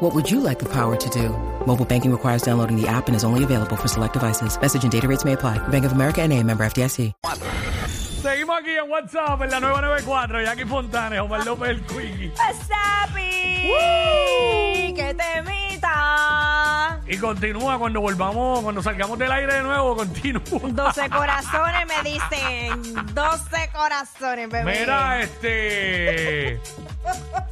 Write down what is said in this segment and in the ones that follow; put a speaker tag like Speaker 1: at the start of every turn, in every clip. Speaker 1: What would you like the power to do? Mobile banking requires downloading the app and is only available for select devices. Message and data rates may apply. Bank of America and a member FDIC.
Speaker 2: Seguimos aquí en WhatsApp en la 994, Jackie Fontanes, Omar López el Quickie.
Speaker 3: Sapi, que te mita.
Speaker 2: Y continúa cuando volvamos, cuando salgamos del aire de nuevo, continúa.
Speaker 3: 12 corazones me dicen. 12 corazones, bebé.
Speaker 2: Mira, eh. este.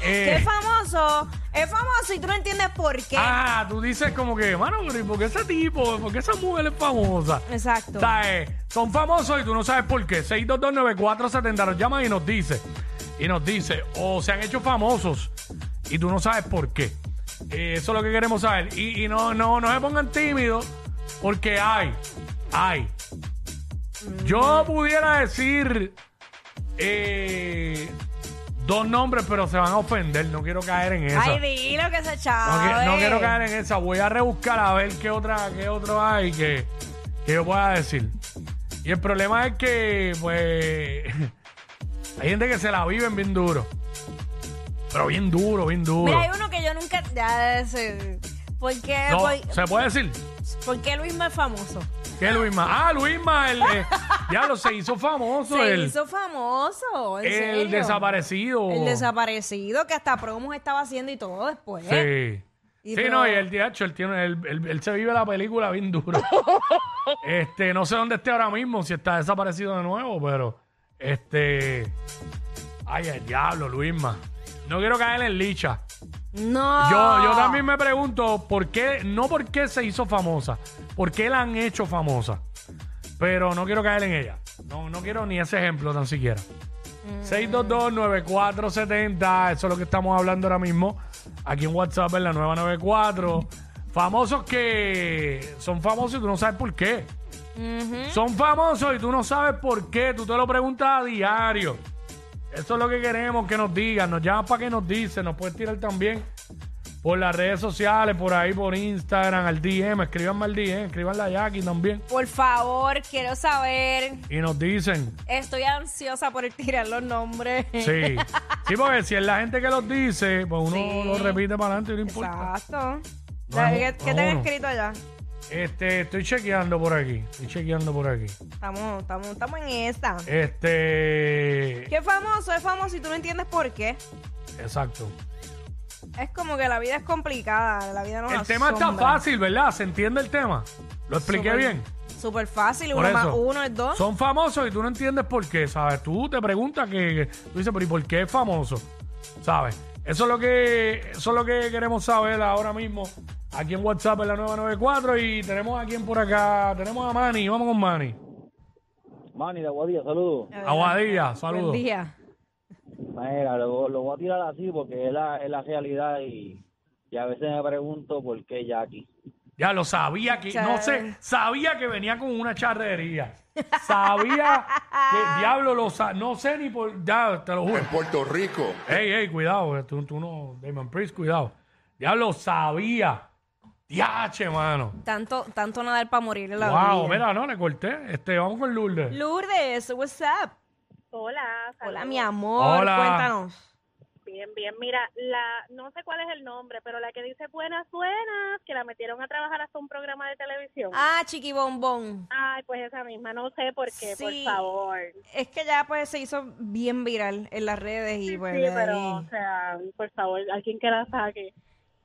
Speaker 3: Qué
Speaker 2: eh,
Speaker 3: famoso. Es famoso y tú no entiendes por qué.
Speaker 2: ah, tú dices como que, mano, pero ¿y por qué ese tipo? ¿Por qué esa mujer es famosa?
Speaker 3: Exacto.
Speaker 2: O sea, eh, son famosos y tú no sabes por qué. 6229470 nos llama y nos dice. Y nos dice, o se han hecho famosos y tú no sabes por qué. Eh, eso es lo que queremos saber. Y, y no, no, no se pongan tímidos porque hay, hay.
Speaker 3: Mm.
Speaker 2: Yo pudiera decir eh, dos nombres, pero se van a ofender. No quiero caer en eso.
Speaker 3: Ay, dilo que se
Speaker 2: No,
Speaker 3: echaba.
Speaker 2: que- no quiero caer en esa. Voy a rebuscar a ver qué otra, qué otro hay que, que yo pueda decir. Y el problema es que, pues, hay gente que se la viven bien duro. Pero bien duro, bien duro.
Speaker 3: Mira, hay uno que yo nunca. Ya ese. ¿Por qué,
Speaker 2: No,
Speaker 3: por-
Speaker 2: ¿Se puede decir?
Speaker 3: por qué Luisma es famoso?
Speaker 2: ¿Qué Luisma? Ah, Luisma, el, eh, ya lo se hizo famoso.
Speaker 3: Se
Speaker 2: el,
Speaker 3: hizo famoso. ¿en serio?
Speaker 2: el desaparecido.
Speaker 3: El desaparecido que hasta promos estaba haciendo y todo después.
Speaker 2: Sí.
Speaker 3: Y
Speaker 2: sí,
Speaker 3: pero-
Speaker 2: no, y el diacho, él, tiene, él, él- él se vive la película bien duro. este, no sé dónde esté ahora mismo, si está desaparecido de nuevo, pero este. Ay, el diablo, Luisma. No quiero caer en licha.
Speaker 3: No.
Speaker 2: Yo, yo también me pregunto por qué, no por qué se hizo famosa, por qué la han hecho famosa. Pero no quiero caer en ella. No, no quiero ni ese ejemplo tan siquiera. 622-9470, eso es lo que estamos hablando ahora mismo. Aquí en WhatsApp en la nueva 94. Famosos que son famosos y tú no sabes por qué. Son famosos y tú no sabes por qué. Tú te lo preguntas a diario. Eso es lo que queremos que nos digan. Nos llaman para que nos dicen. Nos puedes tirar también por las redes sociales, por ahí, por Instagram, al DM. Escríbanme al DM, escríbanla a Jackie también.
Speaker 3: Por favor, quiero saber.
Speaker 2: Y nos dicen.
Speaker 3: Estoy ansiosa por tirar los nombres.
Speaker 2: Sí. sí, porque si es la gente que los dice, pues uno
Speaker 3: Sí.
Speaker 2: lo repite para adelante y no importa.
Speaker 3: Exacto.
Speaker 2: No es
Speaker 3: ¿Qué,
Speaker 2: un-
Speaker 3: qué
Speaker 2: no
Speaker 3: te
Speaker 2: es
Speaker 3: han
Speaker 2: uno.
Speaker 3: escrito allá?
Speaker 2: Este, estoy chequeando por aquí. Estoy chequeando por aquí.
Speaker 3: Estamos, estamos, estamos en esta.
Speaker 2: Eh. Este.
Speaker 3: ¿Qué famoso es famoso y tú no entiendes por qué?
Speaker 2: Exacto.
Speaker 3: Es como que la vida es complicada, la vida no
Speaker 2: El tema está fácil, ¿verdad? ¿Se entiende el tema? ¿Lo expliqué bien?
Speaker 3: Súper fácil,
Speaker 2: Por
Speaker 3: uno más
Speaker 2: eso,
Speaker 3: uno es dos.
Speaker 2: Son famosos y tú no entiendes por qué, ¿sabes? Tú te preguntas que, tú dices, pero ¿y por qué es famoso? ¿Sabes? Eso es lo que eso es lo que queremos saber ahora mismo aquí en WhatsApp en la 994 y tenemos a quien por acá, tenemos a Manny, vamos con Manny.
Speaker 4: Manny, de Guadilla, saludos.
Speaker 2: Aguadilla,
Speaker 3: Buen
Speaker 2: saludos.
Speaker 3: día.
Speaker 4: Mira, lo, lo voy a tirar así porque es la, es la realidad y, y a veces me pregunto por qué Jackie.
Speaker 2: Ya lo sabía que
Speaker 3: Chao.
Speaker 2: no sé, sabía que venía con una charrería. Sabía que diablo lo sa- no sé ni por ya te lo juro.
Speaker 5: en Puerto Rico.
Speaker 2: Ey, ey, cuidado, eh, tú, tú no, Damon Priest, cuidado. Diablo, sabía. Diache, mano.
Speaker 3: Tanto, tanto nadar para morir en la
Speaker 2: Wow,
Speaker 3: vida.
Speaker 2: mira, no, le corté. Este, vamos con Lourdes.
Speaker 3: Lourdes, what's up?
Speaker 6: Hola,
Speaker 3: Hola,
Speaker 6: saludos.
Speaker 3: mi amor,
Speaker 2: Hola.
Speaker 3: cuéntanos.
Speaker 6: Bien, bien. Mira, la no sé cuál es el nombre, pero la que dice buenas, buenas, que la metieron a trabajar hasta un programa de televisión.
Speaker 3: Ah, chiqui bombón.
Speaker 6: Ay, pues esa misma, no sé por qué,
Speaker 3: Sí.
Speaker 6: por favor.
Speaker 3: Es que ya pues se hizo bien viral en las redes y
Speaker 6: Sí,
Speaker 3: pues
Speaker 6: sí,
Speaker 3: de
Speaker 6: pero, o
Speaker 3: ahí-
Speaker 6: sea, por favor, alguien que la saque.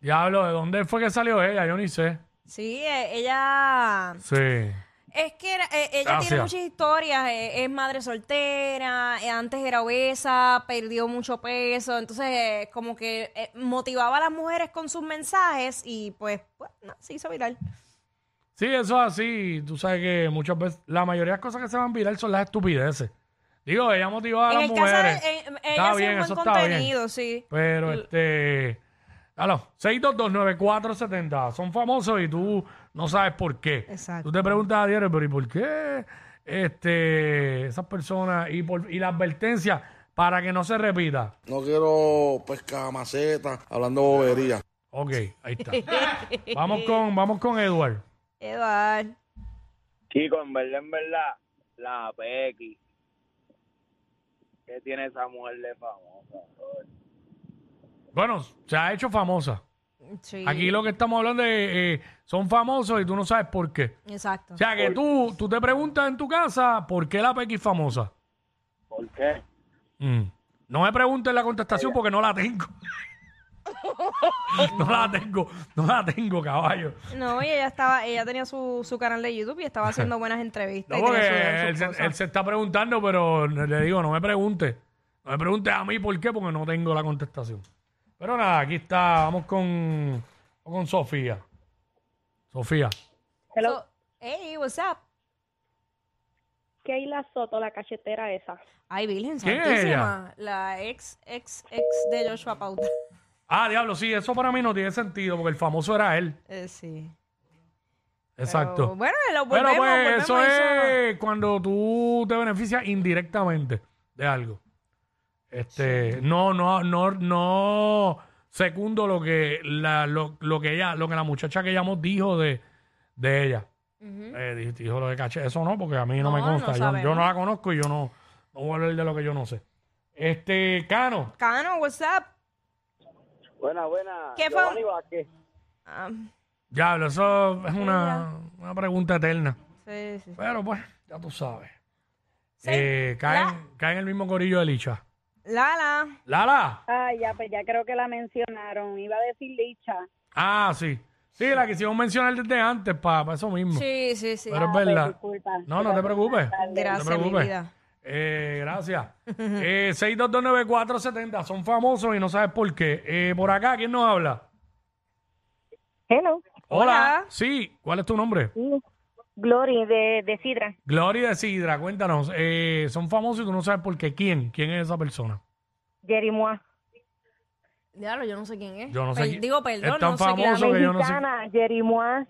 Speaker 2: Diablo, ¿de dónde fue que salió ella? Yo ni sé.
Speaker 3: Sí, eh, e, ella
Speaker 2: Sí.
Speaker 3: Es que era- eh, ella
Speaker 2: Gracias.
Speaker 3: tiene muchas historias. eh, es madre soltera, eh, antes era obesa, perdió mucho peso. Entonces, eh, como que eh, motivaba a las mujeres con sus mensajes y pues, pues no, se hizo viral.
Speaker 2: Sí, eso es así. Tú sabes que muchas veces, la mayoría de las cosas que se van a virar son las estupideces. Digo, ella motivaba a
Speaker 3: En
Speaker 2: las
Speaker 3: el caso de
Speaker 2: mujeres.
Speaker 3: eh, ella
Speaker 2: Está
Speaker 3: hace
Speaker 2: bien,
Speaker 3: un
Speaker 2: eso
Speaker 3: buen
Speaker 2: está
Speaker 3: contenido,
Speaker 2: bien.
Speaker 3: sí.
Speaker 2: Pero este. Aló, 6229470. Son famosos y tú no sabes por qué.
Speaker 3: Exacto.
Speaker 2: Tú te preguntas a diario, pero ¿y por qué este, esas personas y, por- y la advertencia para que no se repita?
Speaker 5: No quiero pescar maceta hablando bobería.
Speaker 2: Ok, ahí está. vamos, con, vamos con Edward.
Speaker 3: Eduard.
Speaker 4: Chico, en verdad, en verdad, la Becky. ¿Qué tiene esa mujer de famosa?
Speaker 2: Bueno, se ha hecho famosa.
Speaker 3: Sí.
Speaker 2: Aquí lo que estamos hablando es, eh, son famosos y tú no sabes por qué.
Speaker 3: Exacto.
Speaker 2: O sea, que tú, tú te preguntas en tu casa por qué la Pequi es famosa.
Speaker 4: ¿Por qué?
Speaker 2: Mm. No me preguntes la contestación porque no la tengo. no la tengo, no la tengo, caballo.
Speaker 3: No, y ella estaba, ella tenía su, su canal de YouTube y estaba haciendo buenas entrevistas.
Speaker 2: No, pues,
Speaker 3: y
Speaker 2: porque
Speaker 3: tenía su-
Speaker 2: él,
Speaker 3: sus
Speaker 2: se-
Speaker 3: cosas.
Speaker 2: él se está preguntando, pero le digo, no me pregunte. No me pregunte a mí por qué, porque no tengo la contestación. Pero nada, aquí está, vamos con, con Sofía. Sofía.
Speaker 6: Hello.
Speaker 3: So, hey, what's up?
Speaker 6: Keila Soto, la cachetera esa.
Speaker 3: Ay, Virgen
Speaker 2: ¿Quién es
Speaker 3: Santísima. La ex, ex, ex de Joshua Pauta.
Speaker 2: Ah, diablo, sí, eso para mí no tiene sentido, porque el famoso era él.
Speaker 3: Eh, sí.
Speaker 2: Exacto.
Speaker 3: Pero, bueno, lo
Speaker 2: Pero
Speaker 3: volvemos,
Speaker 2: pues
Speaker 3: volvemos,
Speaker 2: eso
Speaker 3: no-
Speaker 2: es cuando tú te beneficias indirectamente de algo. Este, no, no, no, no secundo lo que la, lo, lo que ella, lo que la muchacha que llamó dijo de, de ella. Eh, di- dijo lo de caché. Eso no, porque a mí no,
Speaker 3: No,
Speaker 2: me
Speaker 3: no
Speaker 2: consta. Yo- yo,
Speaker 3: sabemos.
Speaker 2: no la conozco y yo no, no voy a hablar de lo que yo no sé. Este, Cano,
Speaker 3: Cano, what's up?
Speaker 4: Buena, buena.
Speaker 3: ¿Qué fue?
Speaker 4: Giovanni Vázquez.
Speaker 3: Ah,
Speaker 2: diablo, eso es una, una pregunta eterna.
Speaker 3: sí, sí.
Speaker 2: Pero pues, ya tú sabes.
Speaker 3: Sí,
Speaker 2: Eh,
Speaker 3: la-
Speaker 2: caen, caen en el mismo corillo de Licha.
Speaker 3: Lala.
Speaker 2: Lala.
Speaker 6: Ah, ya, pues ya creo que la mencionaron. Iba a decir Licha.
Speaker 2: Ah, sí. Sí, la quisimos mencionar desde antes para eso mismo.
Speaker 3: Sí, sí, sí.
Speaker 2: Pero es verdad.
Speaker 6: disculpa.
Speaker 2: No, no te preocupes. No
Speaker 3: Gracias,
Speaker 2: te preocupes.
Speaker 3: mi vida.
Speaker 2: Eh, gracias. Eh, 6229470. Son famosos y no sabes por qué. Eh, por acá, ¿quién nos habla?
Speaker 7: Hello,
Speaker 2: Hola.
Speaker 3: Hola.
Speaker 2: Sí, ¿cuál es tu nombre?
Speaker 7: Glory de, de Sidra.
Speaker 2: Gloria de Sidra, cuéntanos. Eh, son famosos y tú no sabes por qué. ¿Quién? ¿Quién es esa persona?
Speaker 7: Jerimoa.
Speaker 3: Diablo, yo no sé quién es.
Speaker 2: Yo no sé
Speaker 3: Per-
Speaker 2: quién-
Speaker 3: Digo, perdón,
Speaker 2: es tan
Speaker 3: no sé
Speaker 2: famoso.
Speaker 3: quién
Speaker 2: que yo no sé-
Speaker 7: Mexicana, Jerimoa.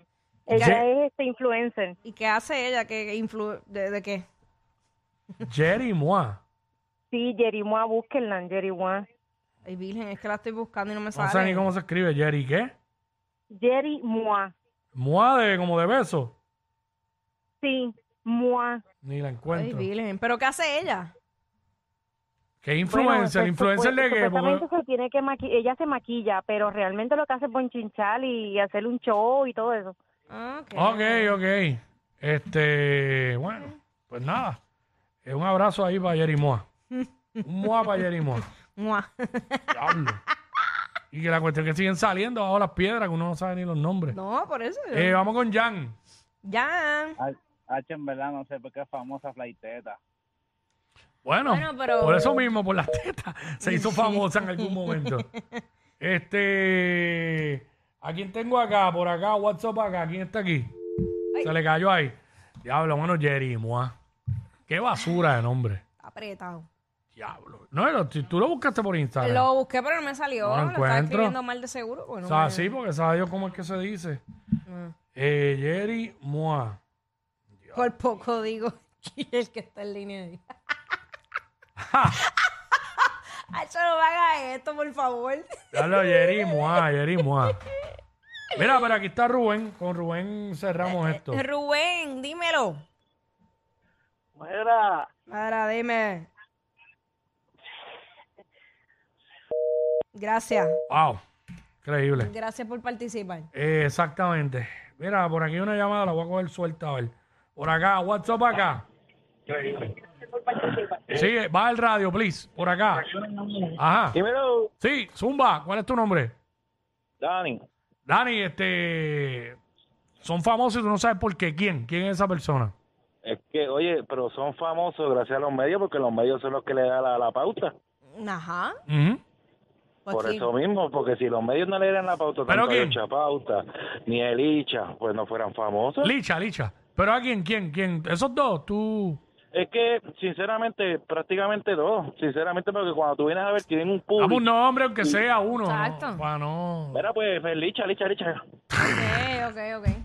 Speaker 7: Ella
Speaker 2: Ye-
Speaker 7: es este influencer.
Speaker 3: ¿Y qué hace ella? ¿Qué influ de, de qué?
Speaker 2: Jerry Moa.
Speaker 7: Sí, Jerimoa, búsquenla, Jerimoa.
Speaker 3: Ay, Virgen, es que la estoy buscando y no me
Speaker 2: No
Speaker 3: sale.
Speaker 2: sé ni cómo se escribe. Jerry, ¿qué?
Speaker 7: Jerimoa.
Speaker 2: Moa de como de beso.
Speaker 7: Sí, Moa.
Speaker 2: Ni la
Speaker 3: Ay,
Speaker 2: encuentro.
Speaker 3: Virgen. ¿Pero qué hace ella?
Speaker 2: ¿Qué influencer?
Speaker 7: Bueno, pues,
Speaker 2: ¿Influencer de
Speaker 7: supuest-
Speaker 2: qué? Porque-
Speaker 7: supuestamente se tiene que maqui- ella se maquilla, pero realmente lo que hace es bonchinchar y hacer un show y todo eso.
Speaker 3: Ah, ok.
Speaker 2: Ok, ok. Este, bueno, pues nada. Eh, un abrazo ahí para Jerimoa. Un moa para Jerimoa.
Speaker 3: Mua.
Speaker 2: Diablo. Y que la cuestión es que siguen saliendo bajo las piedras, que uno no sabe ni los nombres.
Speaker 3: No, por eso.
Speaker 2: Eh, vamos con Jan.
Speaker 3: Ya.
Speaker 4: H, en verdad, no sé por qué es famosa flaiteta.
Speaker 2: Bueno,
Speaker 3: Bueno, pero-
Speaker 2: por eso mismo, por las tetas, se hizo famosa en algún momento. Este, ¿a quién tengo acá? Por acá, WhatsApp acá, ¿quién está aquí? Se le cayó ahí. Diablo, bueno, Jerimoa. Qué basura de nombre.
Speaker 3: Apretado.
Speaker 2: Diablo. No, lo- tú tú lo buscaste por Instagram.
Speaker 3: Lo busqué, pero no me salió.
Speaker 2: No lo
Speaker 3: lo estaba
Speaker 2: encuentro.
Speaker 3: escribiendo mal de seguro. pues Bueno,
Speaker 2: O sea, sí, porque sabe yo cómo es que se dice. Eh, Jerry Moa.
Speaker 3: Por poco digo que el que está en línea ahí. Ay, yo no me haga esto, por favor.
Speaker 2: Dale, Jerry Moa, Jerry Moa. Mira, pero aquí está Rubén. Con Rubén cerramos esto.
Speaker 3: Rubén, dímelo.
Speaker 4: Mira,
Speaker 3: Ahora, dime. Gracias.
Speaker 2: Wow. Increíble.
Speaker 3: Gracias por participar.
Speaker 2: Eh, exactamente. Mira, por aquí una llamada, la voy a coger suelta, a ver. Por acá, WhatsApp acá. Sí, eh, va el radio, please. Por acá. Ajá.
Speaker 4: primero,
Speaker 2: Sí, Zumba, ¿cuál es tu nombre?
Speaker 4: Dani.
Speaker 2: Dani, este. Son famosos y tú no sabes por qué. ¿Quién? ¿Quién es esa persona?
Speaker 8: Es que, oye, pero son famosos gracias a los medios porque los medios son los que le dan la, la pauta.
Speaker 3: Ajá.
Speaker 2: Ujú.
Speaker 3: Pues
Speaker 8: Por
Speaker 3: sí.
Speaker 8: eso mismo, porque si los medios no le dieran la pauta,
Speaker 2: ¿Pero
Speaker 8: tanto
Speaker 2: quién?
Speaker 8: Licha pauta, ni el Licha, pues no fueran famosos.
Speaker 2: Licha, Licha. ¿Pero a quién? ¿Quién? ¿Quién? Esos dos, tú...
Speaker 8: Es que, sinceramente, prácticamente dos. Sinceramente, porque cuando tú vienes a ver, tienen un
Speaker 2: Dame un
Speaker 8: público.
Speaker 2: nombre, aunque sea uno. ¿no?
Speaker 3: Exacto.
Speaker 2: Para no...
Speaker 8: Mira, pues, pues, Licha, Licha, Licha.
Speaker 3: Ok, ok, ok.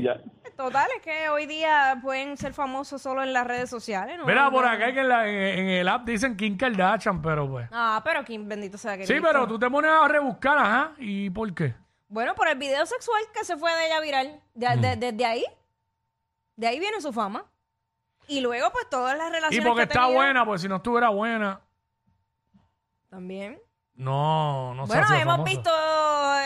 Speaker 8: Ya.
Speaker 3: Total, es que hoy día pueden ser famosos solo en las redes sociales, ¿no?
Speaker 2: Mira,
Speaker 3: No,
Speaker 2: por
Speaker 3: no.
Speaker 2: acá que en, la- en- en el app dicen Kim Kardashian, pero pues...
Speaker 3: Ah, pero Kim, bendito sea que
Speaker 2: Sí, pero tú te pones a rebuscar, ajá. ¿Y por qué?
Speaker 3: Bueno, por el video sexual que se fue de ella viral. Ya, de-
Speaker 2: Mm.
Speaker 3: desde ahí. De ahí viene su fama. Y luego, pues, todas las
Speaker 2: Y
Speaker 3: relaciones
Speaker 2: porque
Speaker 3: que ha
Speaker 2: está
Speaker 3: tenido-
Speaker 2: buena, porque si no estuviera buena,
Speaker 3: También.
Speaker 2: no, no se
Speaker 3: bueno,
Speaker 2: hace
Speaker 3: hemos
Speaker 2: famosa.
Speaker 3: visto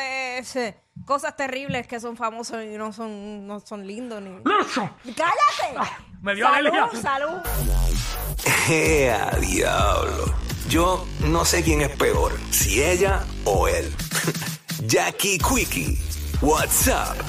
Speaker 3: eh, se- cosas terribles que son famosos y no son, no son lindos ni...
Speaker 2: ¡Lucho!
Speaker 3: ¡Cállate!
Speaker 2: Me dio alergia.
Speaker 3: ¡Salud, salud!
Speaker 9: ¡Ea, Eh, diablo! Yo no sé quién es peor, si ella o él. Jackie Quickie, WhatsApp